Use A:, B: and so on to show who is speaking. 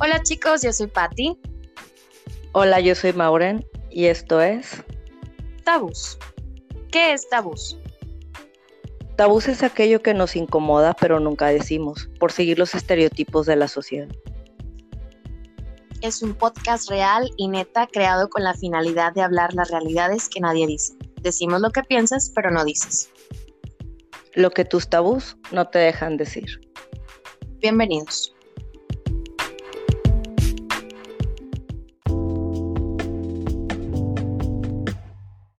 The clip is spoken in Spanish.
A: Hola chicos, yo soy Patti.
B: Hola, yo soy Mauren y esto es...
A: Tabús. ¿Qué es tabús?
B: Tabús es aquello que nos incomoda pero nunca decimos, por seguir los estereotipos de la sociedad.
A: Es un podcast real y neta creado con la finalidad de hablar las realidades que nadie dice. Decimos lo que piensas pero no dices.
B: Lo que tus tabús no te dejan decir.
A: Bienvenidos.